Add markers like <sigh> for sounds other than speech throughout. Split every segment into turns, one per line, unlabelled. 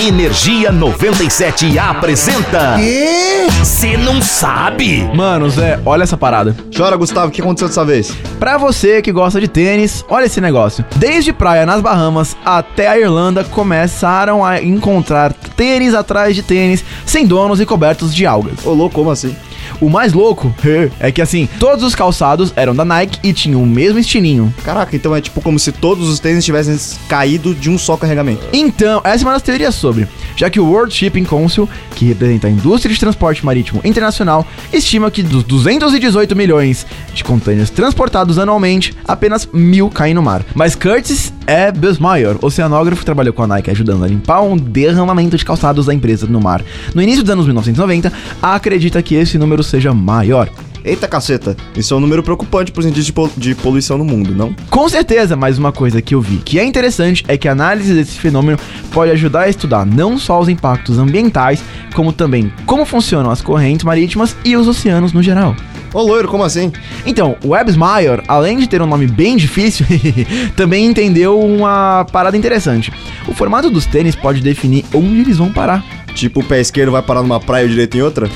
Energia 97 apresenta.
Quê?
Você não sabe?
Mano, Zé, olha essa parada.
Chora, Gustavo, o que aconteceu dessa vez?
Pra você que gosta de tênis, olha esse negócio. Desde praia nas Bahamas até a Irlanda começaram a encontrar tênis atrás de tênis, sem donos e cobertos de algas.
Ô, louco, como assim?
O mais louco <laughs> é que assim, todos os calçados eram da Nike e tinham o mesmo estilinho.
Caraca, então é tipo como se todos os tênis tivessem caído de um só carregamento.
Então, essa é uma das teorias sobre, já que o World Shipping Council, que representa a indústria de transporte marítimo internacional, estima que dos 218 milhões de contêineres transportados anualmente, apenas mil caem no mar. Mas Curtis é Besmeyer, oceanógrafo que trabalhou com a Nike ajudando a limpar um derramamento de calçados da empresa no mar. No início dos anos 1990, acredita que esse número seja maior.
Eita caceta, isso é um número preocupante pros indícios de, pol- de poluição no mundo, não?
Com certeza, mas uma coisa que eu vi que é interessante é que a análise desse fenômeno pode ajudar a estudar não só os impactos ambientais, como também como funcionam as correntes marítimas e os oceanos no geral.
Ô, loiro, como assim?
Então, o Websmyer, além de ter um nome bem difícil, <laughs> também entendeu uma parada interessante. O formato dos tênis pode definir onde eles vão parar.
Tipo, o pé esquerdo vai parar numa praia e o direito em outra?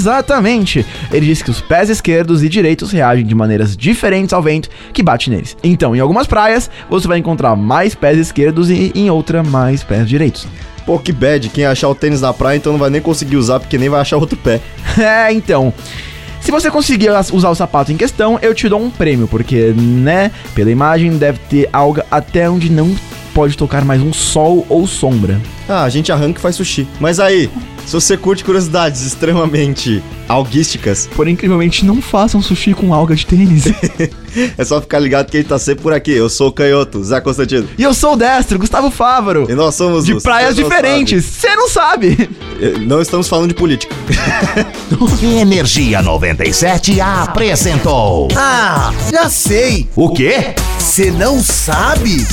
Exatamente! Ele diz que os pés esquerdos e direitos reagem de maneiras diferentes ao vento que bate neles. Então, em algumas praias, você vai encontrar mais pés esquerdos e em outra, mais pés direitos. <laughs>
Pô, que bad, quem achar o tênis na praia então não vai nem conseguir usar porque nem vai achar outro pé.
É, então. Se você conseguir as- usar o sapato em questão, eu te dou um prêmio, porque, né, pela imagem deve ter alga até onde não pode tocar mais um sol ou sombra.
Ah, a gente arranca e faz sushi. Mas aí, se você curte curiosidades extremamente alguísticas, <laughs>
Porém, incrivelmente, não façam sushi com alga de tênis.
é só ficar ligado que ele tá sempre por aqui. Eu sou o Canhoto, Zé Constantino.
<laughs> e eu sou o destro, Gustavo Fávaro.
E nós somos
De
os-
praias
Você não
diferentes, você não sabe!
sabe. Não estamos falando de política.
Energia 97 apresentou.
Ah, já sei!
O quê?
Você não sabe?